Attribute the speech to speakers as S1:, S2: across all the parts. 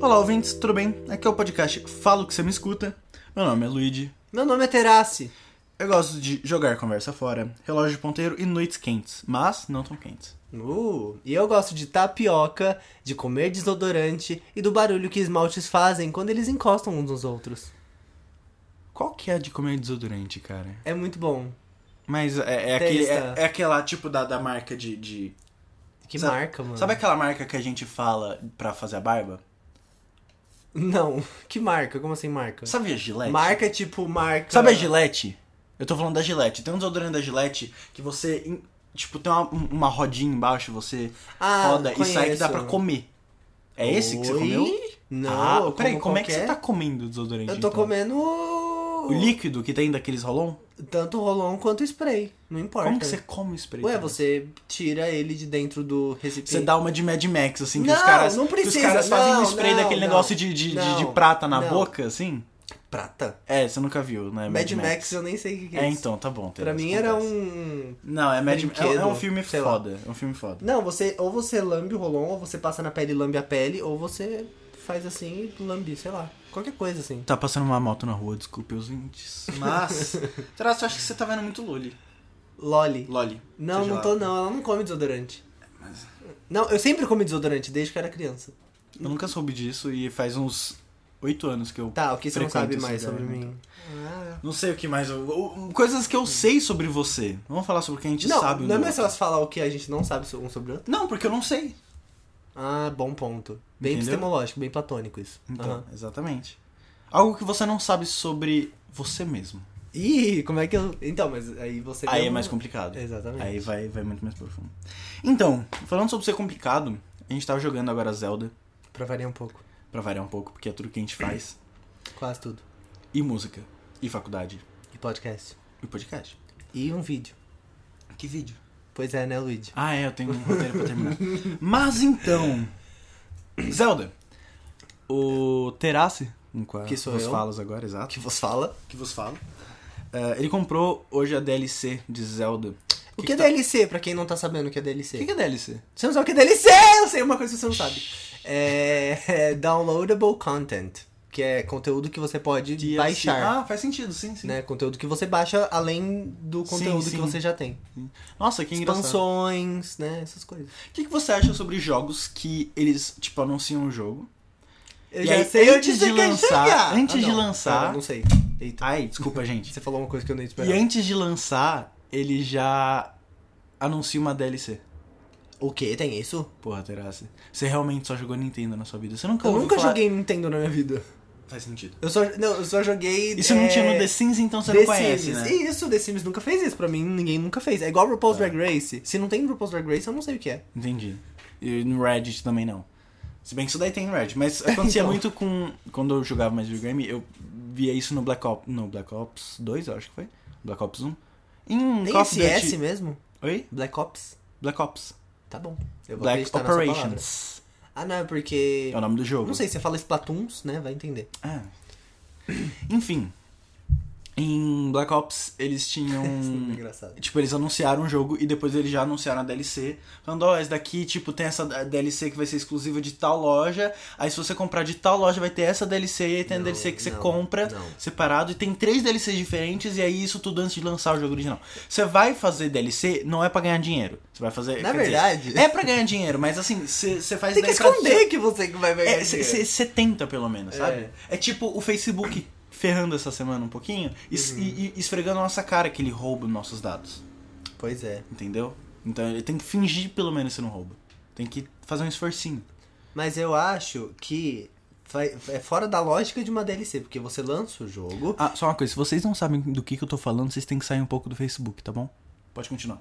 S1: Olá, ouvintes, tudo bem? Aqui é o podcast Falo Que Você Me Escuta. Meu nome é Luigi.
S2: Meu nome é Terassi.
S1: Eu gosto de jogar conversa fora, relógio de ponteiro e noites quentes, mas não tão quentes.
S2: Uh, e eu gosto de tapioca, de comer desodorante e do barulho que esmaltes fazem quando eles encostam uns nos outros.
S1: Qual que é a de comer desodorante, cara?
S2: É muito bom.
S1: Mas é, é, aquele, é,
S2: Testa.
S1: é aquela tipo da, da marca de, de.
S2: Que
S1: Sabe-
S2: marca, mano?
S1: Sabe aquela marca que a gente fala pra fazer a barba?
S2: Não, que marca? Como assim marca?
S1: Sabe a Gillette?
S2: Marca tipo marca.
S1: Sabe a Gillette? Eu tô falando da Gillette. Tem um desodorante da Gillette que você. em- Tipo, tem uma, uma rodinha embaixo, você
S2: Ah,
S1: roda e sai que dá
S2: conheço.
S1: pra comer. É esse que você
S2: Oi?
S1: comeu?
S2: Não, eu
S1: ah,
S2: como
S1: peraí, como é que você
S2: qualquer.
S1: tá comendo desodorante?
S2: Eu tô
S1: então?
S2: comendo
S1: O líquido que tem daqueles rolon?
S2: tanto rolon quanto spray. Não importa.
S1: Como que você come o spray?
S2: Ué,
S1: cara?
S2: você tira ele de dentro do recipiente.
S1: Você dá uma de Mad Max, assim, que os
S2: Não,
S1: caras.
S2: não
S1: que
S2: precisa,
S1: os caras fazem um
S2: não,
S1: spray
S2: não,
S1: daquele
S2: não,
S1: negócio de, de, de- de
S2: não,
S1: prata na
S2: não.
S1: boca, assim?
S2: prata?
S1: É, você nunca viu, né?
S2: Mad Max, eu nem sei o que que é.
S1: É,
S2: isso.
S1: então, tá bom.
S2: Pra
S1: Taylor,
S2: mim
S1: acontece.
S2: era um.
S1: Não, é Mad Max. É, é um
S2: brinquedo,
S1: filme
S2: sei lá.
S1: foda. É um filme foda.
S2: Não, você ou você lambe o rolon, ou você passa na pele e lambe a pele, ou você faz assim e lambe, sei lá. Qualquer coisa assim.
S1: Tá passando uma moto na rua, desculpe os vintes. Mas. Traço, eu acho que você tá vendo muito Loli.
S2: Loli.
S1: Loli.
S2: Não,
S1: seja
S2: não
S1: lá.
S2: tô não, ela não come desodorante.
S1: Mas-
S2: Não, eu sempre comi desodorante desde que eu era criança.
S1: Eu nunca soube disso e faz uns oito anos que eu.
S2: Tá, o que você
S1: Frequento
S2: não sabe
S1: esse
S2: mais
S1: lugar,
S2: sobre
S1: então.
S2: mim? Ah.
S1: Não sei o que mais. eu- eu- Coisas que eu sei sobre você. Vamos falar sobre o que a gente
S2: Não,
S1: sabe. um
S2: não é
S1: do
S2: mais
S1: outro.
S2: fácil falar o que a gente não sabe so- um sobre o outro?
S1: Não, porque eu não sei.
S2: Ah, bom ponto. Bem
S1: Entendeu?
S2: epistemológico, bem platônico isso.
S1: Então,
S2: Aham.
S1: exatamente. Algo que você não sabe sobre você mesmo.
S2: Ih, como é que eu... Então, mas aí você...
S1: Aí
S2: deu
S1: é
S2: um-
S1: mais complicado.
S2: Exatamente.
S1: Aí vai, vai muito mais profundo. Então, falando sobre ser complicado, a gente tava jogando agora Zelda,
S2: Pra variar um pouco.
S1: pra variar um pouco, porque é tudo que a gente faz.
S2: Quase tudo.
S1: E música, e faculdade,
S2: E podcast.
S1: e podcast.
S2: E um vídeo.
S1: Que vídeo?
S2: Pois é, né, Luigi?
S1: Ah, é, eu tenho um roteiro pra terminar. Mas então, Zelda, o Terace, com a-
S2: Que sou
S1: com as
S2: eu.
S1: Um falas agora, exato.
S2: Que vos fala.
S1: que vos falo. Eh, ele comprou hoje a DLC de Zelda.
S2: O que,
S1: que
S2: é
S1: tá-
S2: DLC, pra quem não tá sabendo o que é
S1: O
S2: DLC?
S1: que, que é DLC?
S2: Você não sabe o que é DLC? Eu sei uma coisa que você não sabe. É, é downloadable content, que é conteúdo que você pode
S1: DLC.
S2: baixar.
S1: Ah, faz sentido, sim, sim.
S2: Né? Conteúdo que você baixa além do
S1: Sim,
S2: conteúdo
S1: sim.
S2: que você já tem.
S1: Nossa, que engraçado.
S2: Expansões, né? Essas coisas.
S1: O que, que você acha sobre jogos que eles, tipo, anunciam um jogo?
S2: Eu
S1: E aí, antes de
S2: que eu ia
S1: lançar-
S2: chegar. Ah,
S1: antes de
S2: não,
S1: lançar-
S2: pera, não sei. Eita.
S1: Ai, desculpa, gente.
S2: Você falou uma coisa que eu nem
S1: E
S2: esperava.
S1: antes de lançar, ele já anuncia uma DLC.
S2: O que? Tem isso?
S1: Porra, Terassi. Você realmente só jogou Nintendo na sua vida? Você nunca
S2: Eu
S1: ouviu
S2: nunca
S1: falar...
S2: joguei Nintendo na minha vida.
S1: Faz sentido.
S2: Eu só, não, eu só joguei.
S1: Isso não tinha no
S2: é,
S1: The Sims, então você
S2: The
S1: não conhece,
S2: Sims.
S1: né?
S2: Isso, The Sims nunca fez isso pra mim, ninguém nunca fez. É igual RuPaul's Drag Race. Se não tem RuPaul's Drag Race, eu não sei o que é.
S1: Entendi. E no Reddit também não. Se bem que isso daí tem no Reddit. Mas acontecia
S2: Então.
S1: muito com. Quando eu jogava mais videogame, eu via isso no Black Ops. No Black Ops 2, eu acho que foi. Black Ops 1. Em
S2: Tem
S1: Call of
S2: esse S
S1: Duty-
S2: mesmo?
S1: Oi?
S2: Black Ops?
S1: Black Ops.
S2: Tá bom. Eu vou
S1: Black
S2: acreditar na sua palavra.
S1: Operations.
S2: Ah, não, é porque...
S1: É o nome do jogo.
S2: Não sei, você fala Splatoons, né? Vai entender.
S1: Ah. Enfim. Em Black Ops, eles tinham.
S2: é engraçado.
S1: Tipo, eles anunciaram o jogo e depois eles já anunciaram a DLC. Falando, ó, esse daqui, tipo, tem essa DLC que vai ser exclusiva de tal loja. Aí se você comprar de tal loja, vai ter essa DLC e aí tem a
S2: Não,
S1: DLC que você
S2: não,
S1: compra
S2: não.
S1: separado. E tem três DLCs diferentes e aí isso tudo antes de lançar o jogo original. Você vai fazer DLC, não é pra ganhar dinheiro. Você vai fazer...
S2: Na
S1: quer dizer,
S2: verdade...
S1: é pra ganhar dinheiro, mas assim, você você faz...
S2: Tem que
S1: daí pra-
S2: esconder que você que vai pegar
S1: é,
S2: dinheiro.
S1: você tenta pelo menos,
S2: É.
S1: sabe? É tipo o Facebook ferrando essa semana um pouquinho e,
S2: Uhum.
S1: e- e esfregando a nossa cara que ele rouba nossos dados.
S2: Pois é.
S1: Entendeu? Então ele tem que fingir pelo menos que não rouba. Tem que fazer um esforcinho.
S2: Mas eu acho que vai- é fora da lógica de uma DLC, porque você lança o jogo...
S1: Ah, só uma coisa, se vocês não sabem do que, que eu tô falando, vocês têm que sair um pouco do Facebook, tá bom? Pode continuar.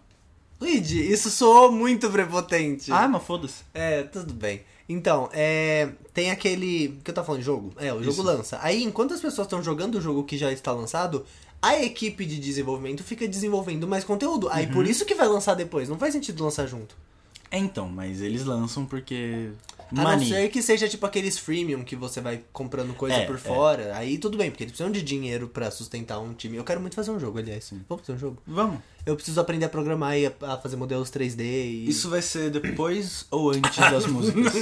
S2: Luigi, isso soou muito prepotente.
S1: Ah, mas foda-se.
S2: É, tudo bem. Então, é, tem aquele. que eu tava falando de jogo? É, o jogo
S1: Isso.
S2: lança. Aí, enquanto as pessoas estão jogando o jogo que já está lançado, a equipe de desenvolvimento fica desenvolvendo mais conteúdo. Aí por
S1: Uhum.
S2: isso que vai lançar depois. Não faz sentido lançar junto.
S1: É, então, mas eles lançam porque.
S2: A não
S1: Money.
S2: ser que seja tipo aqueles freemium que você vai comprando coisa
S1: É,
S2: por
S1: é.
S2: fora. Aí tudo bem, porque eles precisam de dinheiro pra sustentar um time. Eu quero muito fazer um jogo, aliás. Vamos fazer um jogo?
S1: Vamos.
S2: Eu preciso aprender a programar e a, a fazer modelos 3D e.
S1: Isso vai ser depois ou antes é das músicas?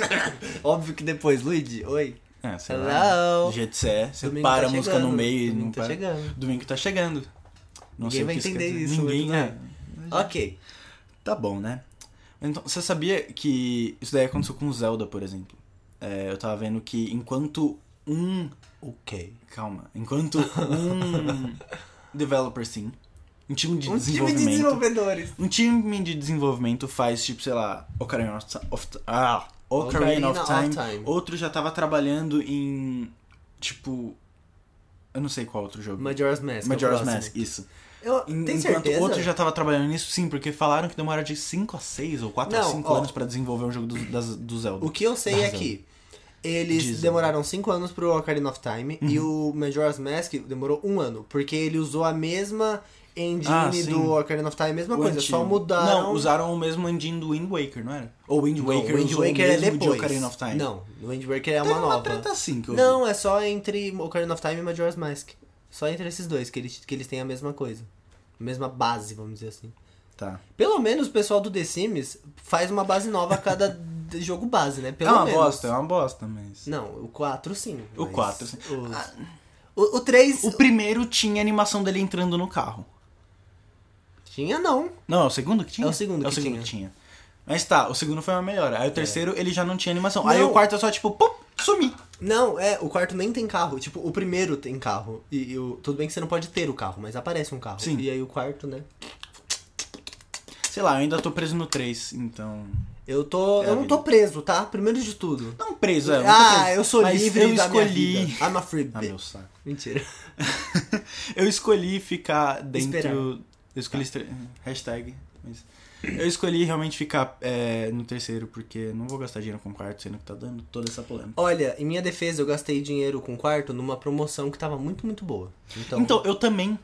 S2: Óbvio que depois, Luigi. Oi.
S1: É, sei lá.
S2: Hello?
S1: Do jeito que você é. Você
S2: Domingo
S1: para
S2: tá
S1: a música
S2: chegando,
S1: no meio e
S2: domingo
S1: não
S2: tá
S1: para.
S2: chegando.
S1: Domingo tá chegando. Não
S2: Ninguém
S1: sei o
S2: vai
S1: que quer
S2: entender
S1: dizer.
S2: isso, mas
S1: Ninguém,
S2: tudo
S1: é.
S2: Ok.
S1: Tá bom, né? Então, você sabia que isso daí aconteceu com Zelda, por exemplo? É, eu tava vendo que enquanto um.
S2: Ok.
S1: Calma. Enquanto um developer sim. Um time de
S2: Um time de
S1: desenvolvimento.
S2: desenvolvedores.
S1: Um time de desenvolvimento faz, tipo, sei lá, Ocarina of Time. Of, ah, Ocarina, of,
S2: Ocarina
S1: time.
S2: of Time.
S1: Outro já tava trabalhando em. Tipo. Eu não sei qual outro jogo.
S2: Majora's Mask. é o
S1: Majora's
S2: próximo.
S1: Mask, isso.
S2: Eu,
S1: En-
S2: tem
S1: Enquanto
S2: certeza?
S1: outro já tava trabalhando nisso, sim, porque falaram que demora de 5 a 6 ou 4 a
S2: Não,
S1: 5
S2: ó.
S1: anos pra desenvolver um jogo do, das, do Zelda.
S2: O que eu sei
S1: Da
S2: é
S1: Zelda.
S2: que eles
S1: Dizem. Uhum.
S2: demoraram 5 anos pro Ocarina of Time e o Majora's Mask demorou um ano, porque ele usou a mesma engine
S1: Ah, sim.
S2: do Ocarina of Time, a mesma
S1: O
S2: coisa,
S1: antigo.
S2: só mudaram...
S1: Não, usaram o mesmo engine do Wind Waker, não era? Ou Wind
S2: Não,
S1: Waker,
S2: Wind
S1: usou o
S2: Waker é
S1: mesmo de
S2: depois.
S1: Ocarina of Time.
S2: Não, Wind Waker é
S1: Teve
S2: uma nova.
S1: treta assim que eu vi.
S2: Não, é só entre Ocarina of Time e Majora's Mask. Só entre esses dois que eles, que eles têm a mesma coisa. A mesma base, vamos dizer assim.
S1: Tá.
S2: Pelo menos o pessoal do The Sims faz uma base nova a cada d- jogo base, né? Pelo
S1: é uma
S2: menos.
S1: bosta, é uma bosta, mas...
S2: Não, o 4 sim.
S1: O
S2: mas
S1: 4 sim. Ah.
S2: os- O, o 3
S1: O primeiro tinha a animação dele entrando no carro.
S2: tinha não.
S1: Não, é o segundo que tinha?
S2: É o segundo
S1: é o
S2: que É.
S1: segundo que tinha. Mas tá, o segundo foi uma melhora. Aí o terceiro, ele já não tinha animação. Aí
S2: Não.
S1: o quarto é só tipo, pum, sumi.
S2: Não, é, o quarto nem tem carro. Tipo, o primeiro tem carro. E, e o, tudo bem que você não pode ter o carro, mas aparece um carro.
S1: Sim.
S2: E aí o quarto, né?
S1: Sei lá, eu ainda tô preso no 3, então.
S2: Eu tô.
S1: É a
S2: eu não tô
S1: vida.
S2: preso, tá? Primeiro de tudo.
S1: Não preso, é. eu não tô
S2: ah,
S1: preso.
S2: eu sou
S1: Mas
S2: livre
S1: eu
S2: da
S1: escolhi.
S2: minha vida. I'm a free
S1: Ah,
S2: bitch.
S1: meu saco.
S2: Mentira.
S1: eu escolhi ficar dentro.
S2: Esperar. Tá.
S1: Eu escolhi. estre- Hashtag. Mas... Eu escolhi realmente ficar é, no terceiro, porque não vou gastar dinheiro com o quarto, sendo que tá dando toda essa polêmica.
S2: Olha, em minha defesa, eu gastei dinheiro com quarto numa promoção que tava muito, muito boa. Então,
S1: Então, eu também.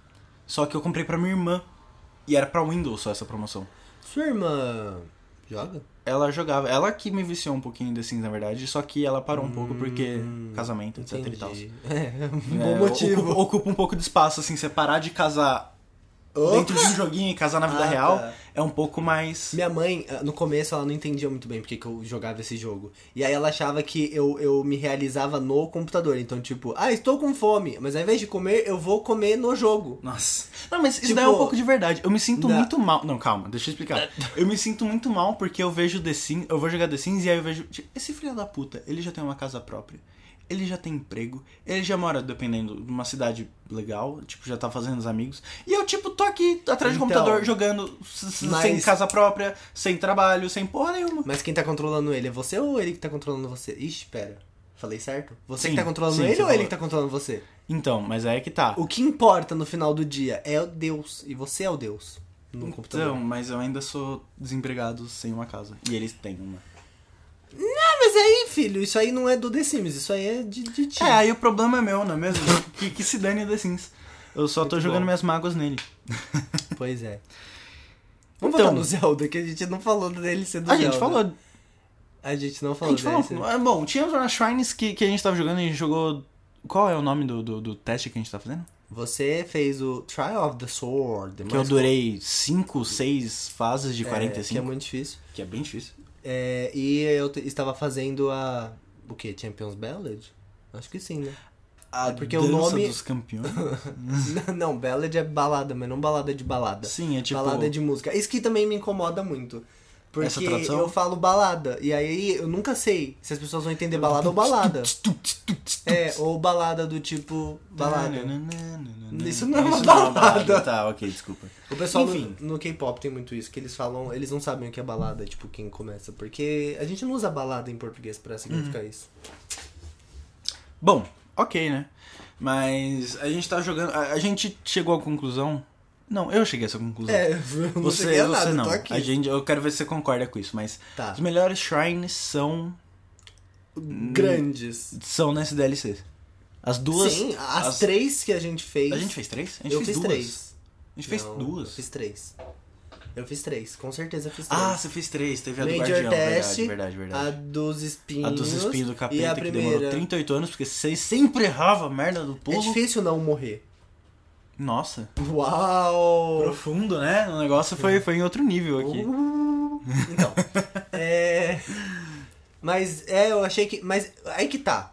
S1: Só que eu comprei pra minha irmã. E era pra Windows só essa promoção.
S2: sua irmã joga?
S1: Ela jogava. Ela que me viciou um pouquinho The Sims, na verdade. Só que ela parou um pouco porque casamento, etc e tal.
S2: Hum, Entendi. É,
S1: É,
S2: um bom motivo.
S1: Ocupa, ocupa um pouco de espaço, assim. Você parar de casar
S2: Opa!
S1: dentro de um joguinho e casar na vida
S2: Ah,
S1: real
S2: tá.
S1: é um pouco mais.
S2: Minha mãe, ah, no começo, ela não entendia muito bem porque que eu jogava esse jogo. E aí ela achava que eu, eu me realizava no computador. Então, tipo, ah, estou com fome. Mas ao invés de comer, eu vou comer no jogo.
S1: Nossa. Não, mas isso
S2: Tipo-
S1: daí é um pouco de verdade. Eu me sinto
S2: Não.
S1: muito mal. Não, calma, deixa eu explicar. Eu me sinto muito mal porque eu vejo The Sims, eu vou jogar The Sims e aí eu vejo. tipo, esse filho da puta, ele já tem uma casa própria. Ele já tem emprego, ele já mora, dependendo, numa cidade legal, tipo, já tá fazendo os amigos. E eu, tipo, tô aqui atrás de
S2: Então.
S1: computador jogando s- s-
S2: Mas-
S1: sem casa própria, sem trabalho, sem porra nenhuma.
S2: Mas quem tá controlando ele é você ou ele que tá controlando você? Ixi, pera. Falei certo? Você
S1: Sim,
S2: que tá controlando
S1: sim,
S2: ele
S1: você
S2: ou ele
S1: falou.
S2: que tá controlando você?
S1: Então, mas aí é que tá.
S2: O que importa no final do dia é o Deus. E você é o Deus no
S1: Então,
S2: computador.
S1: mas eu ainda sou desempregado sem uma casa. E eles têm uma.
S2: Ah, mas aí, filho, isso aí não é do The Sims, isso aí é de, de ti.
S1: É, aí o problema é meu, não é mesmo? que, que se dane o The Sims. Eu só tô
S2: Muito
S1: jogando
S2: bom.
S1: minhas mágoas nele.
S2: Pois é. Vamos
S1: Então.
S2: voltar no Zelda, que a gente não falou do DLC do
S1: A
S2: Zelda.
S1: gente falou.
S2: A gente não
S1: A
S2: falou
S1: gente
S2: do DLC.
S1: falou. é, Bom, tínhamos umas shrines que, que a gente tava jogando e a gente jogou. Qual é o nome do, do, do teste que a gente tá fazendo?
S2: Você fez o Trial of the Sword.
S1: Que eu durei 5, 6 fases de
S2: um. É, que é
S1: 45.
S2: muito difícil.
S1: que é bem difícil.
S2: É, e eu te- estava fazendo a... O quê? Champions Ballad? Acho que sim, né?
S1: Ah,
S2: porque o nome-
S1: dos campeões.
S2: não, ballad é balada, mas não balada de balada.
S1: Sim, é tipo.
S2: Balada de música. Isso que também me incomoda muito. Porque
S1: Essa tradução?
S2: eu falo balada. E aí eu nunca sei se as pessoas vão entender balada ou balada. É, ou balada do tipo.
S1: É, né?
S2: Balada. Isso não é uma balada.
S1: Tá, ok, desculpa.
S2: O pessoal
S1: Enfim.
S2: no, no K-pop tem muito isso, que eles falam, eles não sabem o que é balada, tipo, quem começa. Porque a gente não usa balada em português pra significar
S1: Hum.
S2: isso.
S1: Bom, ok, né? Mas a gente tá jogando. A, a gente chegou à conclusão. Não, eu cheguei a essa conclusão.
S2: É, eu não
S1: você,
S2: sei
S1: você
S2: nada,
S1: não.
S2: tô aqui.
S1: A gente, eu quero ver se você concorda com isso, mas
S2: Tá.
S1: os melhores shrines são
S2: Grandes.
S1: são nesse DLC. As duas.
S2: Sim, as,
S1: as-
S2: três que a gente fez.
S1: A gente fez três? A gente
S2: eu
S1: fez
S2: fiz
S1: duas.
S2: três.
S1: A gente fez
S2: Não,
S1: duas.
S2: Eu fiz três. Eu fiz três, com certeza eu fiz três.
S1: Ah, você fez três. Teve a do
S2: Major
S1: Guardião,
S2: Test,
S1: verdade, verdade,
S2: A
S1: verdade.
S2: dos espinhos.
S1: A dos espinhos do
S2: e a
S1: capeta que
S2: primeira.
S1: demorou 38 anos, porque vocês sempre erravam a merda do
S2: É
S1: pulo.
S2: difícil não morrer.
S1: Nossa.
S2: Uau!
S1: Profundo, né? O negócio foi, foi em outro nível aqui.
S2: Uh, Então, é. Mas é, eu achei que. Mas aí que tá.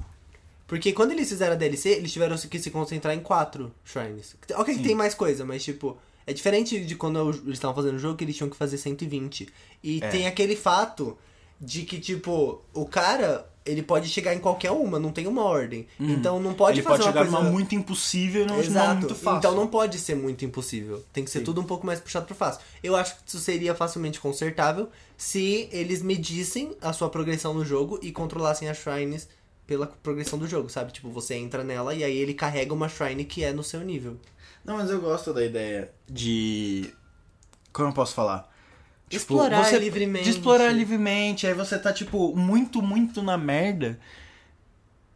S2: Porque quando eles fizeram a DLC, eles tiveram que se concentrar em quatro shrines. Ok, que tem mais coisa, mas tipo. É diferente de quando eu- eles estavam fazendo o jogo que eles tinham que fazer 120. E
S1: É.
S2: tem aquele fato de que, tipo, o cara, ele pode chegar em qualquer uma, não tem uma ordem. Então não pode
S1: Uhum. Ele
S2: fazer
S1: pode
S2: uma
S1: chegar
S2: coisa...
S1: numa muito impossível e não numa
S2: Exato.
S1: muito fácil.
S2: Então não pode ser muito impossível. Tem que ser
S1: Sim.
S2: tudo um pouco mais puxado pro fácil. Eu acho que isso seria facilmente consertável se eles medissem a sua progressão no jogo e controlassem as shrines pela progressão do jogo, sabe? Tipo, você entra nela e aí ele carrega uma shrine que é no seu nível.
S1: Não, mas eu gosto da ideia de. Como eu posso falar? Tipo,
S2: Explorar livremente.
S1: De explorar livremente. Aí você tá, tipo, muito, muito na merda.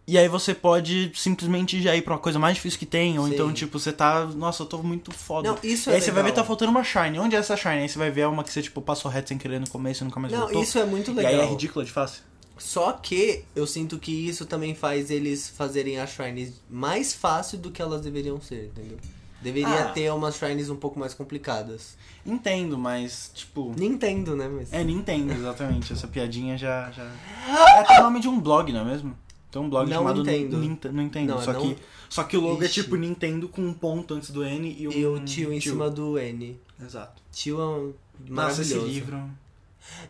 S1: E aí você pode simplesmente já ir pra uma coisa mais difícil que tem. Ou
S2: Sim.
S1: então, tipo, você tá. Nossa, eu tô muito foda.
S2: Não, isso
S1: e aí
S2: é
S1: você vai ver tá
S2: legal.
S1: faltando uma Shine. Onde é essa Shine? Aí você vai ver é uma que você, tipo, passou reto sem querer no começo e no começo
S2: Não,
S1: voltou.
S2: isso é muito legal.
S1: E aí é ridícula de fácil.
S2: Só que eu sinto que isso também faz eles fazerem as shrines mais fácil do que elas deveriam ser, entendeu? Deveria
S1: Ah.
S2: ter umas shrines um pouco mais complicadas.
S1: Entendo, mas, tipo.
S2: Nintendo, né? Mas...
S1: É Nintendo, exatamente. Essa piadinha já. já... É até o nome de um blog, não é mesmo? Tem um blog
S2: Não
S1: chamado
S2: Nintendo.
S1: Nintendo. Não entendo.
S2: Não, é
S1: só,
S2: não-
S1: Que, só que o logo
S2: Ixi.
S1: é tipo Nintendo com um ponto antes do N e um.
S2: E o tio em cima do N.
S1: Exato.
S2: Tio é um
S1: Nossa, esse
S2: maravilhoso.
S1: livro.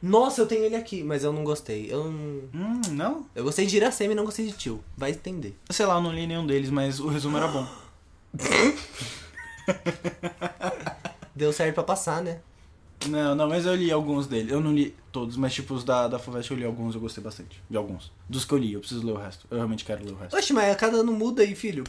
S2: Nossa, eu tenho ele aqui, mas eu não gostei. Eu, não-
S1: Hum, não?
S2: eu gostei de Iracema e não gostei de tio. Vai entender.
S1: Sei lá, eu não li nenhum deles, mas o resumo era bom.
S2: Deu certo pra passar, né?
S1: Não, não, mas eu li alguns deles. Eu não li todos, mas tipo os da, da FUVEST eu li alguns, eu gostei bastante. De alguns. Dos que eu li, eu preciso ler o resto. Eu realmente quero ler o resto.
S2: Oxe, mas a cada ano muda aí, filho.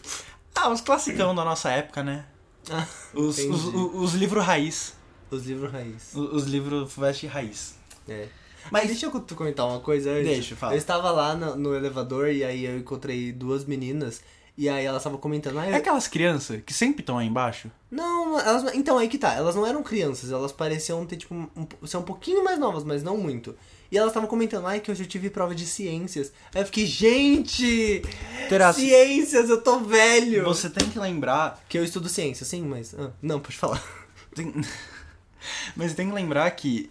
S1: Ah, os classicão da nossa época, né?
S2: Ah,
S1: Os, os,
S2: Entendi.
S1: os, os livros raiz.
S2: Os livros raiz.
S1: Os, os livros FUVEST raiz.
S2: É.
S1: Mas-
S2: Mas deixa eu tu comentar uma coisa antes.
S1: Deixa, fala.
S2: Eu estava lá no, no elevador e aí eu encontrei duas meninas. E aí elas estavam comentando. Ah, eu-
S1: É aquelas crianças que sempre estão aí embaixo?
S2: Não, elas não- então aí que tá. Elas não eram crianças, elas pareciam ter, tipo, um, um- ser um pouquinho mais novas, mas não muito. E elas estavam comentando, ai, que hoje eu tive prova de ciências. Aí eu fiquei, gente!
S1: Terá-
S2: Ciências, eu tô velho!
S1: Você tem que lembrar.
S2: Que eu estudo ciência, sim, mas. ah, não, pode falar.
S1: tem- Mas tem que lembrar que.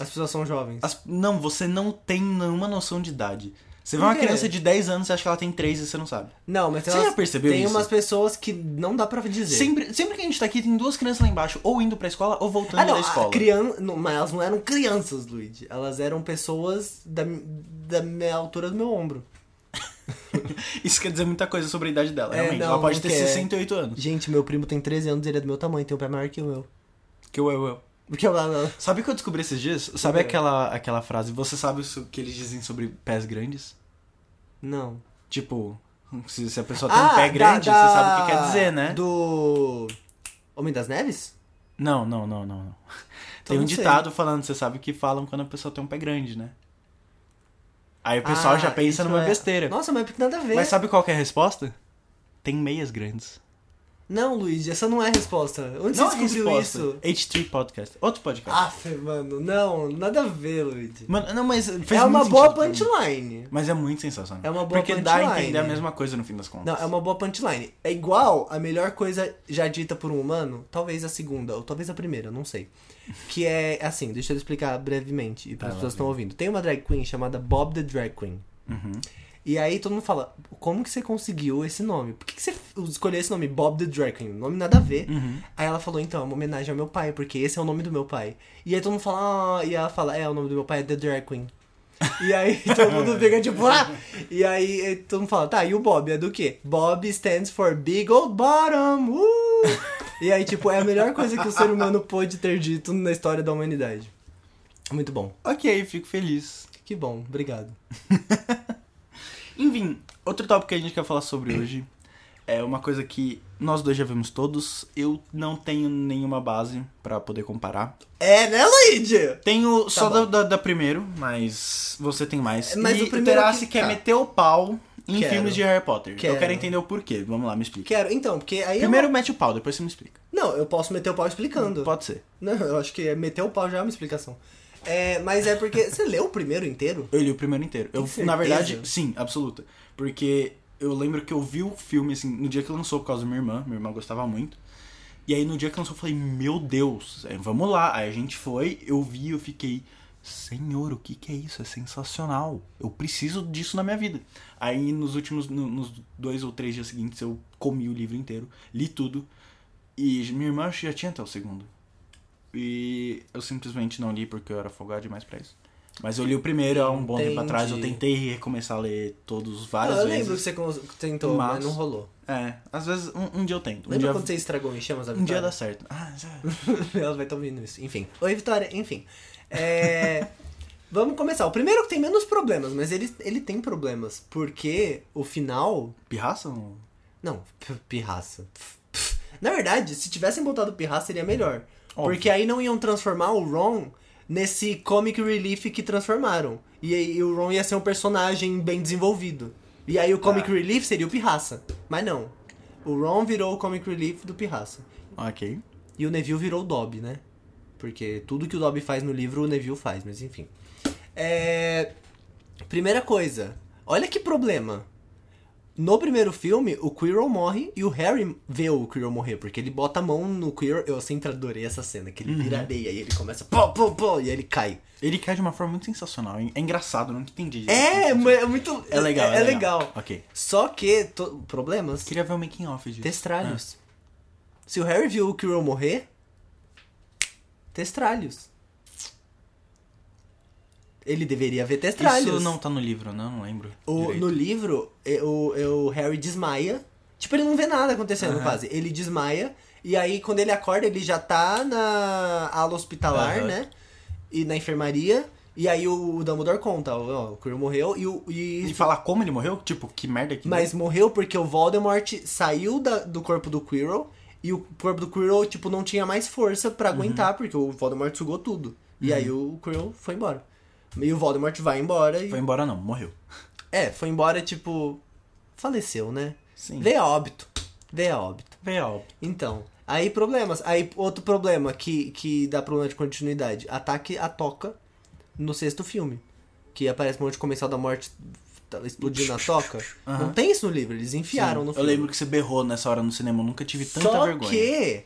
S2: As pessoas são jovens.
S1: as- Não, você não tem nenhuma noção de idade. Você vê
S2: Por
S1: uma
S2: quê?
S1: criança de 10 anos, você acha que ela tem 3 e você não sabe.
S2: Não, mas
S1: Você
S2: É. Então, elas,
S1: já percebeu
S2: tem
S1: isso?
S2: umas pessoas que não dá pra dizer.
S1: Sempre, sempre que a gente tá aqui, tem duas crianças lá embaixo, ou indo pra escola ou voltando
S2: Ah, não,
S1: da escola.
S2: criança, mas elas não eram crianças, Luigi. Elas eram pessoas da, da minha altura do meu ombro.
S1: Isso quer dizer muita coisa sobre a idade dela,
S2: É,
S1: realmente.
S2: não,
S1: ela pode
S2: não
S1: ter
S2: quer.
S1: 68 anos.
S2: Gente, meu primo tem 13 anos, ele é do meu tamanho, tem um pé maior que o meu.
S1: Que eu, eu, eu.
S2: Porque ela. ela-
S1: Sabe o que eu descobri esses dias? Sabe
S2: É.
S1: aquela, aquela frase, você sabe o que eles dizem sobre pés grandes?
S2: Não.
S1: Tipo, se, se a pessoa tem um pé
S2: Ah, da-
S1: grande,
S2: da-
S1: você sabe o que quer dizer, né?
S2: Do. Homem das Neves?
S1: Não, não, não, não, não. Tem
S2: Então
S1: um
S2: não sei.
S1: ditado falando, você sabe que falam quando a pessoa tem um pé grande, né? Aí o pessoal
S2: Ah,
S1: já pensa
S2: isso
S1: numa
S2: é-
S1: besteira.
S2: Nossa, mas porque nada a ver.
S1: Mas sabe qual que é a resposta? Tem meias grandes.
S2: Não, Luigi, essa não é a resposta. Onde
S1: Não
S2: você
S1: é
S2: descobriu
S1: resposta.
S2: isso? Ah.
S1: H3 Podcast. Outro podcast.
S2: Aff, mano, não, nada a ver, Luigi.
S1: Mano, não, mas fez
S2: É uma
S1: muito
S2: boa
S1: sentido pra mim.
S2: punchline.
S1: Mas é muito sensacional.
S2: É uma boa
S1: Porque dá a
S2: punchline.
S1: entender a mesma coisa no fim das contas.
S2: Não, é uma boa punchline. É igual a melhor coisa já dita por um humano, talvez a segunda, ou talvez a primeira, não sei. Que é assim, deixa eu explicar brevemente e
S1: Vai
S2: para as
S1: lá,
S2: pessoas que estão ouvindo. Tem uma drag queen chamada Bob the Drag Queen.
S1: Uhum.
S2: E aí todo mundo fala, como que você conseguiu esse nome? Por que, que você escolheu esse nome, Bob the Drag Queen? Nome nada a ver.
S1: Uhum.
S2: Aí ela falou, então, é uma homenagem ao meu pai, porque esse é o nome do meu pai. E aí todo mundo fala, ah, e ela fala, é, o nome do meu pai é The Drag Queen. E aí todo
S1: É.
S2: mundo fica tipo, ah! E aí eh, todo mundo fala, tá, e o Bob é do quê? Bob stands for Big Old Bottom! Uh! E aí, tipo, é a melhor coisa que o ser humano pôde ter dito na história da humanidade. Muito bom.
S1: Ok, fico feliz.
S2: Que bom, obrigado.
S1: Enfim, outro tópico que a gente quer falar sobre hoje é uma coisa que nós dois já vimos todos. Eu não tenho nenhuma base pra poder comparar.
S2: É, né, Luigi?
S1: Tenho só da,
S2: Tá bom. É,
S1: da, da primeiro, mas você tem mais.
S2: Mas
S1: e
S2: o primeiro
S1: Terassi
S2: que-
S1: quer
S2: tá.
S1: meter o pau em
S2: Quero.
S1: filmes de Harry Potter. Eu
S2: Quero.
S1: quero entender o porquê. Vamos lá, me explica.
S2: Quero, então, porque aí... eu-
S1: Primeiro mete o pau, depois você me explica.
S2: Não, eu posso meter o pau explicando.
S1: Pode ser.
S2: Não, eu acho que é meter o pau já é uma explicação. É, mas é porque. Você leu o primeiro inteiro?
S1: Eu li o primeiro inteiro. Eu,
S2: Tem
S1: na verdade,
S2: certeza?
S1: sim, absoluta. Porque eu lembro que eu vi o filme, assim, no dia que lançou, por causa da minha irmã. Minha irmã gostava muito. E aí, no dia que lançou, eu falei, meu Deus, é, vamos lá. Aí a gente foi, eu vi, eu fiquei, Senhor, o que, que é isso? É sensacional. Eu preciso disso na minha vida. Aí nos últimos, no- nos dois ou três dias seguintes, eu comi o livro inteiro, li tudo. E minha irmã já tinha até o segundo. E eu simplesmente não li porque eu era folgado demais pra isso. Mas eu li o primeiro há um bom tempo
S2: Entendi.
S1: atrás. Eu tentei recomeçar a ler todos várias
S2: Ah, eu
S1: vezes.
S2: lembro que você cons- tentou, mas...
S1: Mas-
S2: não rolou.
S1: É, às vezes um, um dia eu tento. Um
S2: Lembra
S1: dia,
S2: quando você tá? estragou Me Chamas a
S1: um dia
S2: Vitória?
S1: dá certo. Ah, já.
S2: Ela vai estar ouvindo isso. Enfim. Oi, Vitória. Enfim. É, Vamos começar. O primeiro que tem menos problemas, mas ele, ele tem problemas. Porque o final.
S1: é Pirraça? não?
S2: Não, p- pirraça. Pf, pf. Na verdade, se tivessem botado pirraça, seria melhor.
S1: Óbvio.
S2: Porque aí não iam transformar o Ron nesse comic relief que transformaram. E aí o Ron ia ser um personagem bem desenvolvido. E aí o comic
S1: Ah.
S2: relief seria o pirraça. Mas não. O Ron virou o comic relief do pirraça.
S1: Ok.
S2: E o Neville virou o Dobby, né? Porque tudo que o Dobby faz no livro, o Neville faz, mas enfim. É... Primeira coisa, olha que problema. No primeiro filme, o Quirrell morre e o Harry vê o Quirrell morrer, porque ele bota a mão no Quirrell. Eu sempre adorei essa cena, que ele vira areia e ele começa pô, pô, pô, e ele cai.
S1: Ele cai de uma forma muito sensacional. É engraçado, eu não entendi. direito.
S2: É, é muito...
S1: É legal,
S2: É,
S1: é
S2: legal.
S1: legal. Ok.
S2: Só que... to- Problemas?
S1: Queria ver o making off disso.
S2: Testralhos.
S1: Ah.
S2: Se o Harry viu o Quirrell morrer, testralhos. Ele deveria ver
S1: É. Isso
S2: testralhos.
S1: não tá no livro, né? Eu Não lembro.
S2: O-
S1: direito.
S2: no livro, é, o, é, o Harry desmaia. Tipo, ele não vê nada acontecendo
S1: Aham.
S2: quase. Ele desmaia. E aí, quando ele acorda, ele já tá na ala hospitalar,
S1: Aham.
S2: né? E na enfermaria. E aí o, o Dumbledore conta, ó, o Quirrell morreu e, o, e
S1: E falar como ele morreu? Tipo, que merda que.
S2: mas morreu porque o Voldemort saiu da- do corpo do Quirrell e o corpo do Quirrell, tipo, não tinha mais força pra
S1: Uhum.
S2: aguentar, porque o Voldemort sugou tudo. E aí o Quirrell foi embora. E o Voldemort vai embora e...
S1: Foi embora, não, morreu.
S2: É, foi embora, tipo... Faleceu, né?
S1: Sim.
S2: Veio a óbito. Veio a óbito.
S1: Veio.
S2: Então, aí problemas. Aí outro problema que, que dá problema de continuidade. Ataque à toca no sexto filme. Que aparece um monte de comensal da morte tá, explodindo a toca.
S1: Aham.
S2: Não tem isso no livro, eles enfiaram no
S1: Eu
S2: filme.
S1: lembro que você berrou nessa hora no cinema, eu nunca tive tanta
S2: Só
S1: vergonha.
S2: que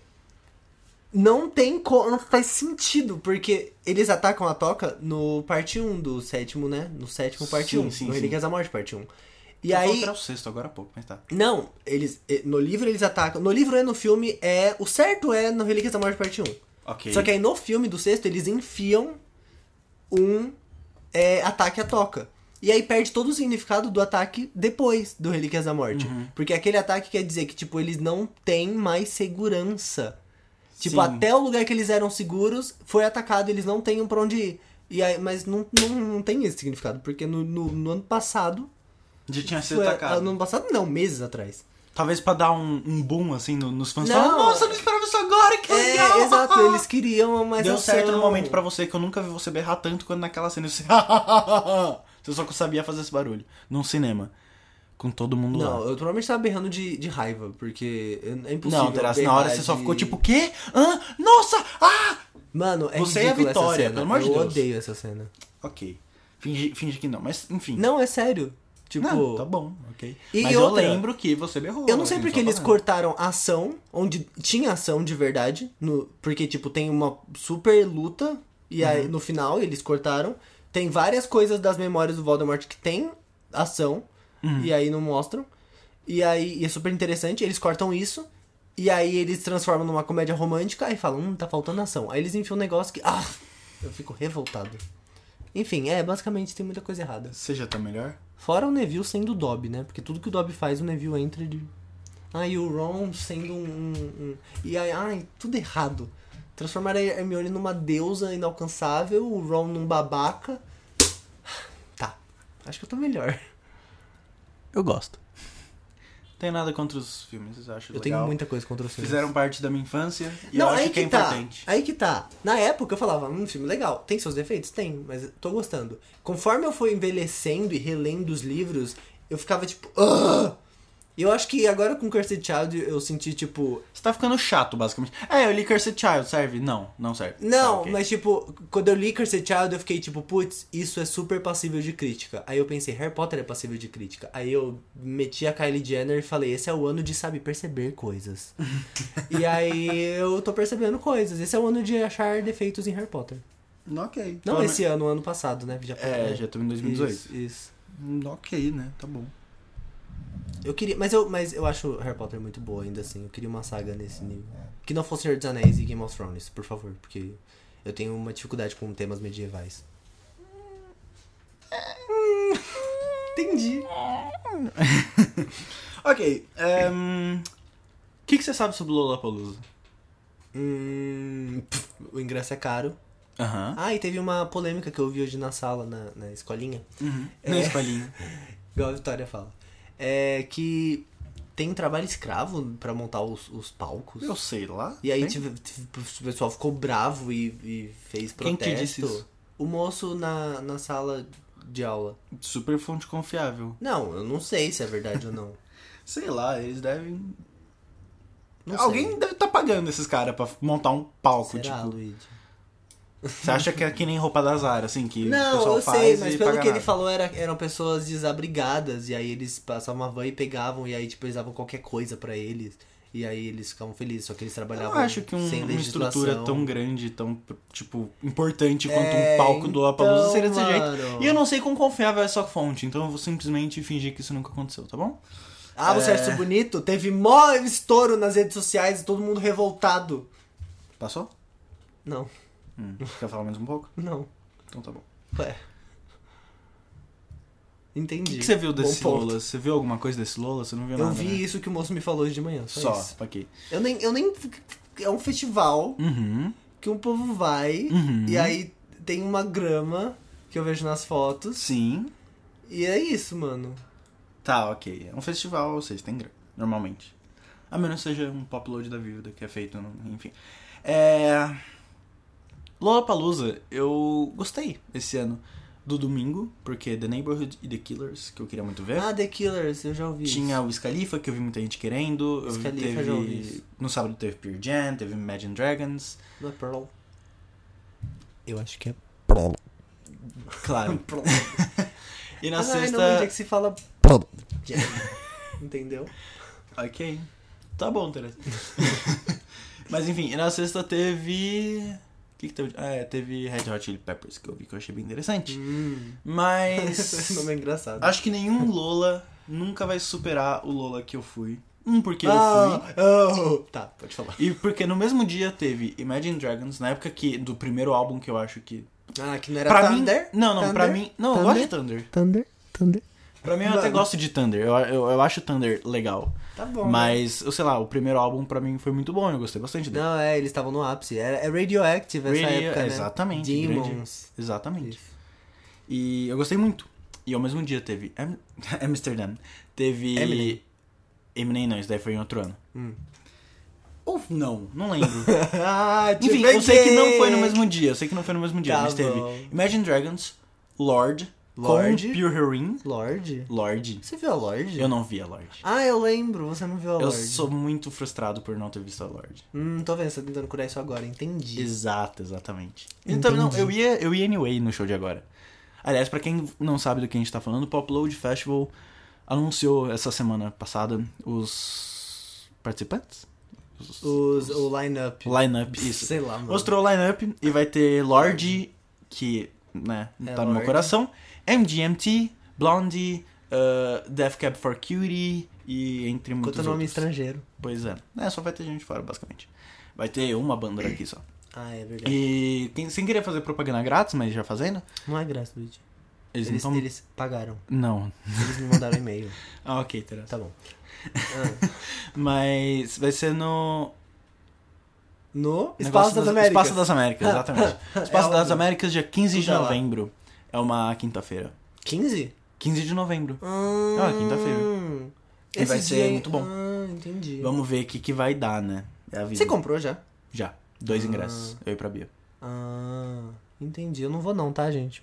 S2: não tem como, não faz sentido, porque eles atacam a toca no parte 1 do sétimo, né? No sétimo parte
S1: Sim,
S2: 1,
S1: sim,
S2: no
S1: sim.
S2: Relíquias da Morte parte 1. E
S1: E eu
S2: aí
S1: aí. o sexto agora há pouco, mas tá.
S2: não, eles eh, no livro eles atacam, no livro é no filme é, o certo é no Relíquias da Morte parte 1.
S1: Ok.
S2: Só que aí no filme do sexto eles enfiam um é, ataque à toca. E aí perde todo o significado do ataque depois do Relíquias da Morte.
S1: Uhum.
S2: Porque aquele ataque quer dizer que, tipo, eles não têm mais segurança. Tipo,
S1: Sim.
S2: até o lugar que eles eram seguros foi atacado, eles não têm um pra onde ir. E aí, mas não, não, não tem esse significado, porque no, no, no ano passado.
S1: Já tinha sido
S2: Foi,
S1: atacado.
S2: no ano passado, tipo, é, não, meses atrás.
S1: Talvez pra dar um, um boom assim no- nos fãs.
S2: Não.
S1: falar, Nossa, eu não esperava isso agora, que legal!
S2: É, exato, eles queriam mais
S1: Deu
S2: ação.
S1: certo no momento pra você que eu nunca vi você berrar tanto quando naquela cena você. você só sabia fazer esse barulho. Num cinema. Com todo mundo
S2: Não, é
S1: lá.
S2: eu provavelmente tava berrando de, de raiva, porque é é impossível.
S1: Não, Terás, na hora você só
S2: berrar
S1: ficou
S2: de-
S1: tipo, o quê? Hã? Nossa! Ah!
S2: Mano, é
S1: Você é a
S2: ridícula essa
S1: Vitória,
S2: cena.
S1: pelo amor de
S2: eu
S1: Deus.
S2: odeio essa cena.
S1: Ok. Finge, finge que não, mas enfim.
S2: Não, é sério. Tipo,
S1: Não, tá bom, ok.
S2: E
S1: mas
S2: outra-
S1: eu lembro que você berrou.
S2: eu não sei
S1: assim,
S2: porque
S1: só
S2: eles
S1: falando.
S2: cortaram a ação, onde tinha ação de verdade, no- porque, tipo, tem uma super luta, e aí
S1: Uhum.
S2: no final eles cortaram. Tem várias coisas das memórias do Voldemort que tem ação,
S1: Uhum.
S2: e aí não mostram. E aí e é super interessante, eles cortam isso, e aí eles transformam numa comédia romântica e falam, hum, tá faltando ação. Aí eles enfiam um negócio que. Ah! Eu fico revoltado. Enfim, é, basicamente tem muita coisa errada.
S1: Você já tá melhor?
S2: Fora o Neville sendo o Dobby, né? Porque tudo que o Dobby faz, o Neville entra de. Ah, e o Ron sendo um. um- um- E aí, ai, tudo errado. Transformar a Hermione numa deusa inalcançável, o Ron num babaca. Tá. Acho que eu tô melhor.
S1: Eu gosto. Tem nada contra os filmes, eu acho
S2: Eu
S1: legal.
S2: tenho muita coisa contra os filmes.
S1: Fizeram parte da minha infância e
S2: Não,
S1: eu acho
S2: aí
S1: que,
S2: que,
S1: é
S2: tá.
S1: importante.
S2: Aí que tá. Na época eu falava, hum, filme legal. Tem seus defeitos? Tem, mas eu tô gostando. Conforme eu fui envelhecendo e relendo os livros, eu ficava tipo. "Ugh!" E eu acho que agora com Cursed Child eu senti tipo.
S1: Você tá ficando chato, basicamente. É, eu li Cursed Child, serve? Não, não serve.
S2: Não,
S1: Tá, ok.
S2: mas tipo, quando eu li Cursed Child, eu fiquei tipo, putz, isso é super passível de crítica. Aí eu pensei, Harry Potter é passível de crítica. Aí eu meti a Kylie Jenner e falei, esse é o ano de, sabe, perceber coisas. e aí eu tô percebendo coisas. Esse é o ano de achar defeitos em Harry Potter.
S1: Ok.
S2: Não
S1: Pelo
S2: esse ano, ano passado, né? Já,
S1: É, já estamos em 2018.
S2: Isso, isso.
S1: Hum, Ok, né? Tá bom.
S2: Eu queria. Mas eu, mas eu acho Harry Potter muito boa ainda, assim. Eu queria uma saga nesse nível. Que não fosse Senhor dos Anéis e Game of Thrones, por favor. Porque eu tenho uma dificuldade com temas medievais. Entendi.
S1: Ok. ehm, O que, que você sabe sobre Lollapalooza?
S2: Hum, pff, o ingresso é caro.
S1: Aham.
S2: Ah, e teve uma polêmica que eu vi hoje na sala, na, na escolinha.
S1: Uhum. Na
S2: É.
S1: escolinha.
S2: Igual a Vitória fala. É que tem trabalho escravo pra montar os, os palcos.
S1: Eu sei lá.
S2: E aí
S1: tem?
S2: tive- tive- o pessoal ficou bravo e, e fez
S1: Quem
S2: protesto.
S1: que disse isso?
S2: O moço na, na sala de aula.
S1: Super fonte confiável.
S2: Não, eu não sei se é verdade ou não.
S1: Sei lá, eles devem.
S2: Não sei.
S1: Alguém deve estar pagando esses caras pra montar um palco,
S2: Será,
S1: tipo.
S2: Luigi?
S1: Você acha que é que nem roupa da Zara, assim, que o
S2: Não,
S1: pessoal
S2: eu
S1: faz
S2: sei, mas
S1: e
S2: pelo
S1: paga
S2: que ele
S1: nada.
S2: falou era, eram pessoas desabrigadas. E aí eles passavam uma van e pegavam. E aí, tipo, eles davam qualquer coisa pra eles. E aí eles ficavam felizes. Só que eles
S1: Eu não
S2: trabalhavam
S1: acho que um-
S2: sem
S1: uma estrutura
S2: legislação.
S1: tão grande, tão, tipo, importante quanto
S2: É,
S1: um palco do Lollapalooza
S2: então,
S1: seria desse jeito.
S2: mano.
S1: E eu não sei quão confiável é essa fonte, então eu vou simplesmente fingir que isso nunca aconteceu, tá bom?
S2: Ah, você
S1: É.
S2: acha isso bonito? Teve mó estouro nas redes sociais e todo mundo revoltado.
S1: Passou?
S2: Não,
S1: Hum, Quer falar mais um pouco?
S2: não.
S1: Então tá bom.
S2: Ué. Entendi.
S1: O que, que você viu desse
S2: Bom ponto.
S1: Lola? Você viu alguma coisa desse Lola? Você não viu
S2: Eu
S1: nada?
S2: vi
S1: né?
S2: isso que o moço me falou hoje de manhã. Só.
S1: Só, tá
S2: isso.
S1: ok.
S2: Eu nem, eu nem. É um festival
S1: Uhum.
S2: que um povo vai
S1: Uhum.
S2: e aí tem uma grama que eu vejo nas fotos.
S1: Sim.
S2: E é isso, mano.
S1: Tá, ok. É um festival, ou seja, tem grana, normalmente. A menos que seja um pop load da vida que é feito, no- enfim. É. Lollapalooza, eu gostei esse ano do domingo, porque The Neighborhood e The Killers, que eu queria muito ver.
S2: Ah, The Killers, eu já ouvi. isso.
S1: É? Tinha o Scalifa, que eu vi muita gente querendo. Eu
S2: Wiz
S1: vi-
S2: Khalifa,
S1: teve...
S2: já ouvi isso.
S1: No sábado teve Pure Jam, teve Imagine Dragons.
S2: Da Pearl. Eu acho que é.
S1: Claro. e na
S2: ah, não,
S1: sexta.
S2: onde é que se fala. Entendeu?
S1: Ok. Tá bom, Tereza. Mas enfim, e na sexta teve. O que, que teve? Ah, é, teve Red Hot Chili Peppers, que eu vi que eu achei bem interessante.
S2: Hum. Esse
S1: Mas.
S2: nome é engraçado.
S1: Acho que nenhum Lola nunca vai superar o Lola que eu fui. Um, porque eu fui.
S2: Ah, oh. Tá, pode falar.
S1: E porque no mesmo dia teve Imagine Dragons, na época que do primeiro álbum que eu acho que.
S2: Ah, que não era
S1: Pra mim.
S2: Thunder?
S1: Não, não, pra
S2: Thunder?
S1: mim. Não, eu gosto de Thunder.
S2: Thunder, Thunder.
S1: Pra mim eu até
S2: Mano.
S1: gosto de Thunder. Eu, eu, eu acho Thunder legal.
S2: Tá bom.
S1: Mas, eu sei lá, o primeiro álbum pra mim foi muito bom, eu gostei bastante dele.
S2: Não, é, eles estavam no ápice. Era, é Radioactive essa
S1: Radio-
S2: época, né?
S1: exatamente,
S2: Demons.
S1: Exatamente.
S2: Isso.
S1: E eu gostei muito. E ao mesmo dia teve Am- Amsterdã, teve.
S2: Eminem.
S1: Eminem não, isso daí foi em outro ano.
S2: Hum.
S1: Ou não, não lembro.
S2: ah, te
S1: Enfim, eu sei que
S2: peguei.
S1: não foi no mesmo dia, eu sei que não foi no mesmo dia,
S2: Tá
S1: mas teve
S2: bom.
S1: Imagine Dragons, Lorde,
S2: Lorde.
S1: com Pure Heroine,
S2: Lorde?
S1: Lorde.
S2: Você viu a Lorde?
S1: Eu não vi a Lorde.
S2: Ah, eu lembro, você não viu a
S1: Eu
S2: Lorde.
S1: sou muito frustrado por não ter visto a Lorde.
S2: Hum, tô vendo, você tá tentando curar isso agora, entendi.
S1: Exato, exatamente. Então, não, eu ia, eu ia anyway no show de agora. Aliás, pra quem não sabe do que a gente tá falando, o Pop Load Festival anunciou essa semana passada os participantes? Os...
S2: Os, o line-up.
S1: O lineup, isso.
S2: Sei lá, mano.
S1: Mostrou o lineup e vai ter Lorde, que, né,
S2: É,
S1: tá no meu
S2: Lorde.
S1: coração, MGMT, Blondie, uh, Death Cab for Cutie e entre muitos
S2: Quanto nome
S1: outros.
S2: estrangeiro.
S1: Pois é. É, só vai ter gente fora, basicamente. Vai ter uma banda daqui só.
S2: Ah, é verdade.
S1: E quem- sem querer fazer propaganda grátis, mas já fazendo,
S2: Não é graça, Luigi.
S1: eles,
S2: Eles,
S1: não estão.
S2: eles pagaram.
S1: Não.
S2: Eles me mandaram um e-mail.
S1: Ah, ok, Teresa.
S2: Tá bom. Ah,
S1: Mas vai ser no.
S2: no
S1: negócio
S2: Espaço das Américas.
S1: Espaço das Américas, exatamente. Espaço
S2: É
S1: das
S2: óbvio.
S1: Américas, dia 15 de
S2: Tudo lá.
S1: novembro. É uma quinta-feira.
S2: 15?
S1: 15 de novembro.
S2: Hum,
S1: Ah, quinta-feira. E vai ser
S2: hein?
S1: muito bom.
S2: Hum. Ah, entendi.
S1: Vamos ver o que, que vai dar, né? É a vida.
S2: Você comprou já?
S1: Já. Dois
S2: Ah.
S1: ingressos. Eu e pra Bia.
S2: Ah, entendi. Eu não vou não, tá, gente?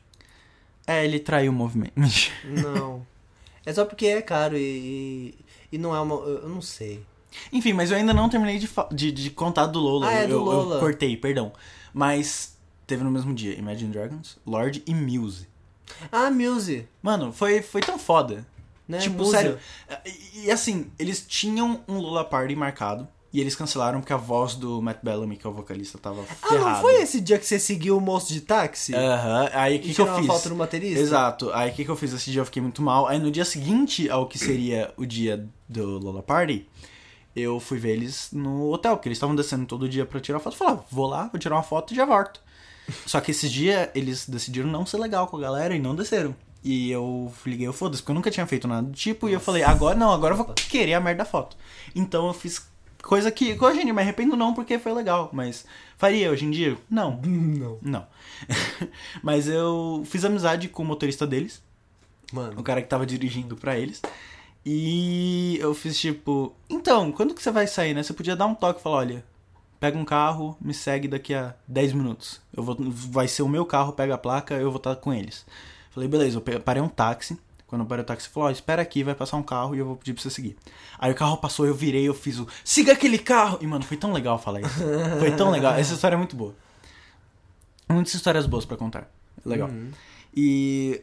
S1: É, ele traiu o movimento. Mentira.
S2: Não. é só porque é caro e, e, e não é uma... Eu eu não sei.
S1: Enfim, mas eu ainda não terminei de, fa- de, de contar do Lola.
S2: Ah, é
S1: eu,
S2: do
S1: eu- eu
S2: Lola.
S1: cortei, perdão. Mas teve no mesmo dia Imagine Dragons, Lorde e Muse.
S2: Ah, Muse,
S1: Mano, foi, foi tão foda.
S2: né?
S1: tipo,
S2: Muse.
S1: sério. E, e assim, eles tinham um Lola Party marcado. E eles cancelaram porque a voz do Matt Bellamy, que é o vocalista, tava
S2: Ah,
S1: ferrada.
S2: não foi esse dia que você seguiu o moço de táxi?
S1: Aham, aí É, o
S2: E
S1: que, que
S2: tirou
S1: eu
S2: uma
S1: fiz?
S2: foto do baterista?
S1: Exato, aí o que, que eu fiz? Esse dia eu fiquei muito mal. Aí no dia seguinte ao que seria o dia do Lola Party, eu fui ver eles no hotel, porque eles estavam descendo todo dia pra tirar foto. Eu Falei, ah, vou lá, vou tirar uma foto e já volto. Só que esse dia eles decidiram não ser legal com a galera e não desceram. E eu liguei o foda-se, porque eu nunca tinha feito nada do tipo. E eu falei, agora não, agora eu vou querer a merda da foto. Então eu fiz coisa que hoje em dia me arrependo não, porque foi legal. Mas faria hoje em dia? Não.
S2: Hum, Não.
S1: Não. Mas eu fiz amizade com o motorista deles, o
S2: Mano.
S1: cara que tava dirigindo pra eles. E eu fiz tipo, então, quando que você vai sair, né? Você podia dar um toque e falar, olha, pega um carro, me segue daqui a 10 minutos. Eu vou vai ser o meu carro, pega a placa, eu vou estar com eles. Falei, beleza, eu pe- parei um táxi. Quando eu parei o táxi, ele falou, ó, espera aqui, vai passar um carro e eu vou pedir pra você seguir. Aí o carro passou, eu virei, eu fiz o siga aquele carro. E mano, foi tão legal falar isso. Foi tão legal. Essa história é muito boa. Muitas histórias boas pra contar. Legal.
S2: Uhum.
S1: E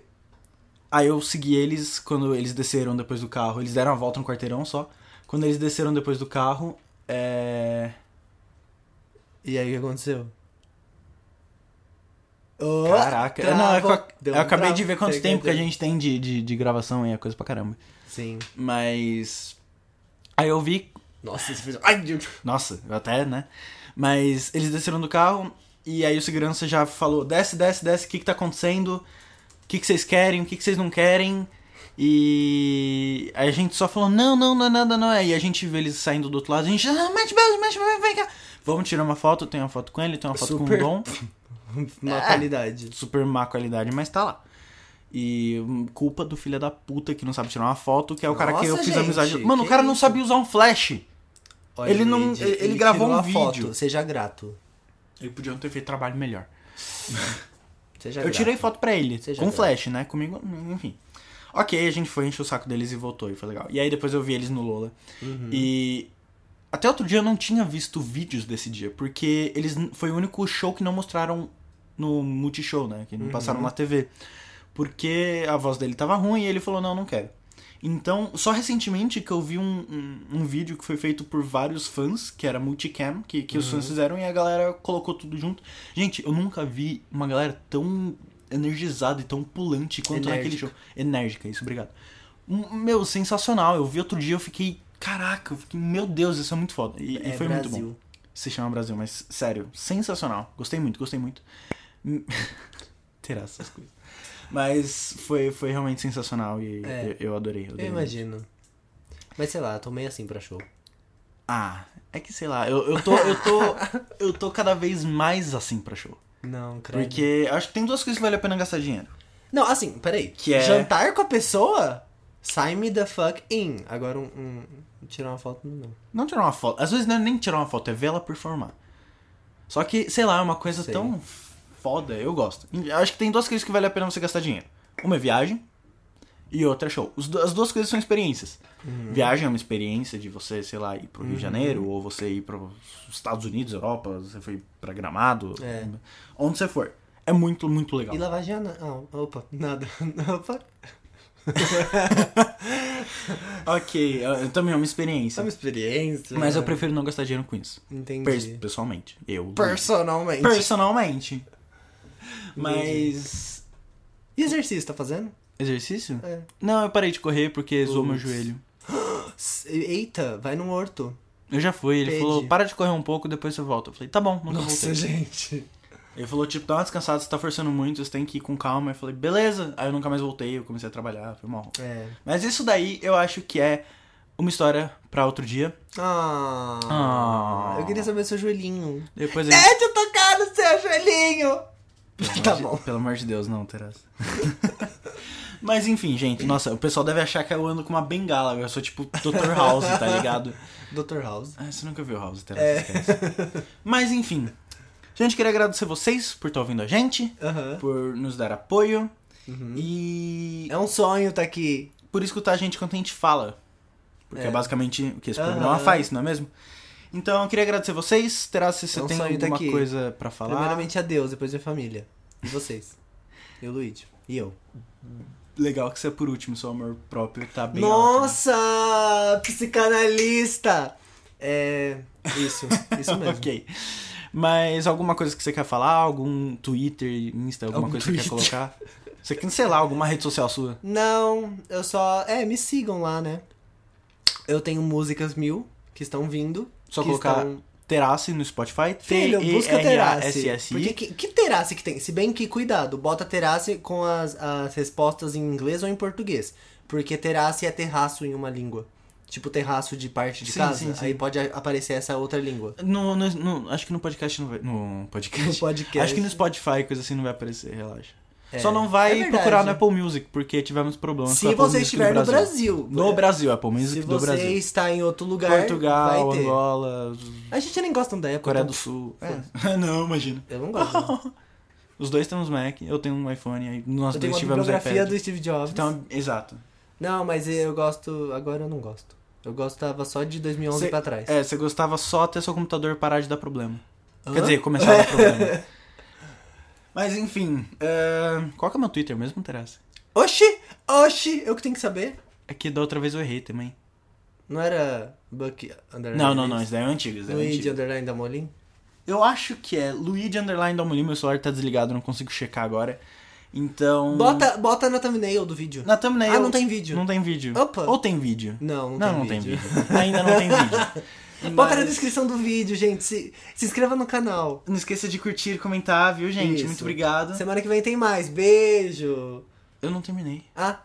S1: aí eu segui eles quando eles desceram depois do carro. Eles deram a volta no quarteirão só. Quando eles desceram depois do carro, é...
S2: E aí o que aconteceu? Oh,
S1: Caraca,
S2: trava.
S1: não, é que eu,
S2: Deu
S1: eu
S2: um
S1: acabei
S2: trava.
S1: de ver quanto
S2: Peguei,
S1: tempo que a
S2: peguei.
S1: gente tem de, de, de gravação e é coisa pra caramba.
S2: Sim.
S1: Mas. Aí eu vi
S2: Nossa, você fez. Ai, meu Deus.
S1: Nossa, eu até, né? Mas eles desceram do carro e aí o segurança já falou: desce, desce, desce, o que, que tá acontecendo? O que, que vocês querem? O que, que vocês não querem? E aí a gente só falou: não, não, não é nada, não é. E a gente vê eles saindo do outro lado, a gente, ah, mete belo, mete belo, vem cá. Vamos tirar uma foto, tem uma foto com ele, tem uma foto
S2: Super.
S1: com o Dom.
S2: Má qualidade.
S1: Super má qualidade, mas tá lá. E hum, culpa do filho da puta que não sabe tirar uma foto, que é o cara que
S2: Nossa,
S1: eu fiz
S2: gente,
S1: amizade. Mano, o
S2: que
S1: cara não
S2: isso?
S1: sabia usar um flash.
S2: Olha,
S1: Ele não-
S2: Luigi,
S1: ele- ele gravou
S2: tirou
S1: um
S2: a
S1: vídeo.
S2: Foto. Seja grato.
S1: Ele podia ter feito trabalho melhor.
S2: Seja
S1: Eu
S2: grato.
S1: tirei foto pra ele,
S2: Seja
S1: com
S2: grato.
S1: flash, né? Comigo, enfim. Ok, a gente foi, encheu o saco deles e voltou, e foi legal. E aí depois eu vi eles no Lola. E até outro dia eu não tinha visto vídeos desse dia, porque eles n- foi o único show que não mostraram no Multishow, né? Que não passaram na TV. Porque a voz dele tava ruim e ele falou, não, não quero. Então, só recentemente que eu vi um, um, um vídeo que foi feito por vários fãs, que era multicam, que, que os
S2: Uhum.
S1: fãs fizeram e a galera colocou tudo junto. Gente, eu nunca vi uma galera tão energizada e tão pulante quanto naquele
S2: Enérgica.
S1: show. Enérgica, isso, obrigado. Um- Meu, sensacional. Eu vi outro dia, eu fiquei. Caraca, eu fiquei, meu Deus, isso é muito foda. E, e
S2: É
S1: foi
S2: Brasil.
S1: muito bom. Se chama Brasil, mas sério, sensacional. Gostei muito, gostei muito. Hum, Terá essas coisas. Mas foi, foi realmente sensacional e
S2: É.
S1: eu, eu adorei.
S2: Eu
S1: adorei.
S2: imagino. Mas sei lá, eu tô meio assim pra show.
S1: Ah, é que sei lá, eu, eu tô. Eu tô. eu tô cada vez mais assim pra show.
S2: Não, credo.
S1: Porque acho que tem duas coisas que vale a pena gastar dinheiro.
S2: Não, assim, peraí.
S1: Que é-
S2: Jantar com a pessoa? Sign me the fuck in. Agora um. um- tirar uma foto não.
S1: Não tirar uma foto. Às vezes não é nem tirar uma foto, é ver ela performar. Só que, sei lá, é uma coisa
S2: Sei.
S1: tão foda, eu gosto. Eu Acho que tem duas coisas que vale a pena você gastar dinheiro. Uma é viagem e outra é show. Os do- As duas coisas são experiências.
S2: Uhum.
S1: Viagem é uma experiência de você, sei lá, ir pro Rio de Janeiro, ou você ir para Estados Unidos, Europa, você foi pra Gramado,
S2: É.
S1: onde você for. É muito, muito legal.
S2: E lavagem anal. Ah, opa, nada. opa.
S1: Ok, eu- eu também é uma
S2: Isso é
S1: experiência.
S2: uma experiência.
S1: Mas eu prefiro não gastar dinheiro com isso.
S2: Entendi.
S1: Pers- pessoalmente. Eu.
S2: Personalmente.
S1: Personalmente. Mas.
S2: E exercício, tá fazendo?
S1: Exercício?
S2: É.
S1: Não, eu parei de correr porque zoou meu
S2: Putz.
S1: joelho.
S2: S- Eita, vai no horto.
S1: Eu já fui, ele
S2: Entendi.
S1: falou, para de correr um pouco, depois você volta. Eu falei, tá bom, nunca voltei.
S2: gente.
S1: Ele falou, tipo, dá uma descansada, você tá forçando muito, você tem que ir com calma. Eu falei, beleza. Aí eu nunca mais voltei, eu comecei a trabalhar, foi mal.
S2: É.
S1: Mas isso daí eu acho que é uma história pra outro dia.
S2: Ah,
S1: Ah.
S2: Eu queria saber seu joelhinho.
S1: Depois eu...
S2: Deixa eu tocar no seu joelhinho!
S1: Pelo
S2: É? Tá
S1: amor de-
S2: bom.
S1: Pelo amor de Deus, não, Teresa. Mas enfim, gente, nossa, o pessoal deve achar que eu ando com uma bengala. Eu sou tipo Dr. House, tá ligado?
S2: Dr. House.
S1: Ah, você nunca viu House, Teresa.
S2: É.
S1: esquece. Mas enfim, gente, queria agradecer vocês por estar ouvindo a gente,
S2: Aham.
S1: por nos dar apoio
S2: Uhum.
S1: e
S2: É um sonho tá aqui.
S1: por escutar a gente quando a gente fala. Porque é,
S2: É.
S1: basicamente o que esse
S2: Aham.
S1: programa faz, não é mesmo? Então, eu queria agradecer vocês. Terá se você
S2: É um
S1: tem
S2: sonho tá
S1: alguma
S2: aqui.
S1: coisa pra falar.
S2: Primeiramente a Deus, depois minha família. E vocês? eu, Luigi. E eu.
S1: Legal que você é por né? último, seu amor próprio tá bem alto, né?
S2: Nossa! Psicanalista! É. Isso, isso mesmo.
S1: ok. Mas alguma coisa que você quer falar? Algum Twitter, Insta, alguma
S2: Algum
S1: coisa que você quer
S2: Twitter.
S1: colocar? Você cancelar alguma rede social sua?
S2: Não, eu só. É, me sigam lá, né? Eu tenho músicas mil que estão vindo.
S1: Só
S2: que
S1: colocar
S2: estão-
S1: Terace no Spotify?
S2: Filho, é um busca Terace. Porque
S1: T-E-R-A-S-S-I.
S2: que, que Terace que tem? Se bem que, cuidado, bota Terace com as, as respostas em inglês ou em português. Porque Terace é terraço em uma língua. Tipo terraço de parte de
S1: Sim,
S2: casa.
S1: sim, sim.
S2: Aí pode a- aparecer essa outra língua.
S1: No, no- no- acho que no podcast não vai. No podcast.
S2: No podcast.
S1: Acho que no Spotify, coisa assim, não vai aparecer, relaxa.
S2: É.
S1: Só não vai
S2: É verdade.
S1: procurar no Apple Music, porque tivemos problemas com a
S2: Se
S1: Apple
S2: você
S1: Music
S2: estiver
S1: do
S2: no Brasil. é.
S1: No Brasil, Apple Music
S2: Se
S1: do
S2: você
S1: Brasil.
S2: está em outro lugar,
S1: Portugal,
S2: vai ter.
S1: Angola,
S2: A gente nem gosta da época.
S1: Coreia
S2: então-
S1: do Sul. É. não, imagina.
S2: Eu não gosto. não.
S1: Os dois temos Mac, eu tenho um iPhone, aí nós
S2: Eu tenho
S1: dois
S2: uma
S1: tivemos
S2: bibliografia
S1: iPad.
S2: do Steve Jobs.
S1: Então, exato.
S2: Não, mas eu gosto. Agora eu não gosto. Eu gostava só de 2011
S1: Cê-
S2: pra trás.
S1: É, você gostava só até seu computador parar de dar problema.
S2: Hã?
S1: Quer dizer, começar a dar problema. Mas enfim, é, qual que é o meu Twitter mesmo, interessa?
S2: Oxi! Oxi! Eu que tenho que saber?
S1: É que da outra vez eu errei também.
S2: Não era Buck Underline?
S1: Não, não, não, isso daí é antigo. Isso daí é
S2: Luigi
S1: antigo.
S2: Underline da Molin?
S1: Eu acho que é Luigi Underline Dalmolin, meu celular tá desligado, eu não consigo checar agora. Então.
S2: Bota, bota na thumbnail do vídeo.
S1: Na thumbnail.
S2: Ah, não tem vídeo.
S1: Não tem vídeo.
S2: Opa.
S1: Ou tem vídeo.
S2: Não, não,
S1: não,
S2: tem vídeo.
S1: Ainda não tem vídeo.
S2: Bota na
S1: Mas-
S2: descrição do vídeo, gente. Se, se inscreva no canal.
S1: Não esqueça de curtir, comentar, viu, gente?
S2: Isso.
S1: Muito obrigado.
S2: Semana que vem tem mais. Beijo!
S1: Eu não terminei.
S2: Ah!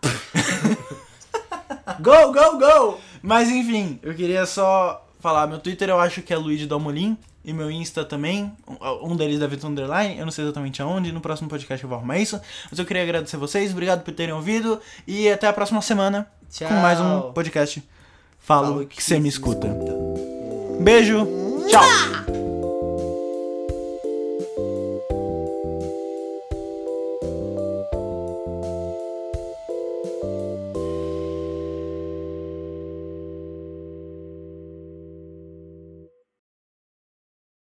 S2: go, go, go!
S1: Mas enfim, eu queria só falar, meu Twitter eu acho que é Luigi Dalmolin e meu Insta também, um- um deles da Vitor Underline, eu não sei exatamente aonde, no próximo podcast eu vou arrumar isso, mas eu queria agradecer vocês, obrigado por terem ouvido e até a próxima semana
S2: Tchau!
S1: com mais um podcast. Falo
S2: Falo
S1: que você me escuta. Beijo, tchau!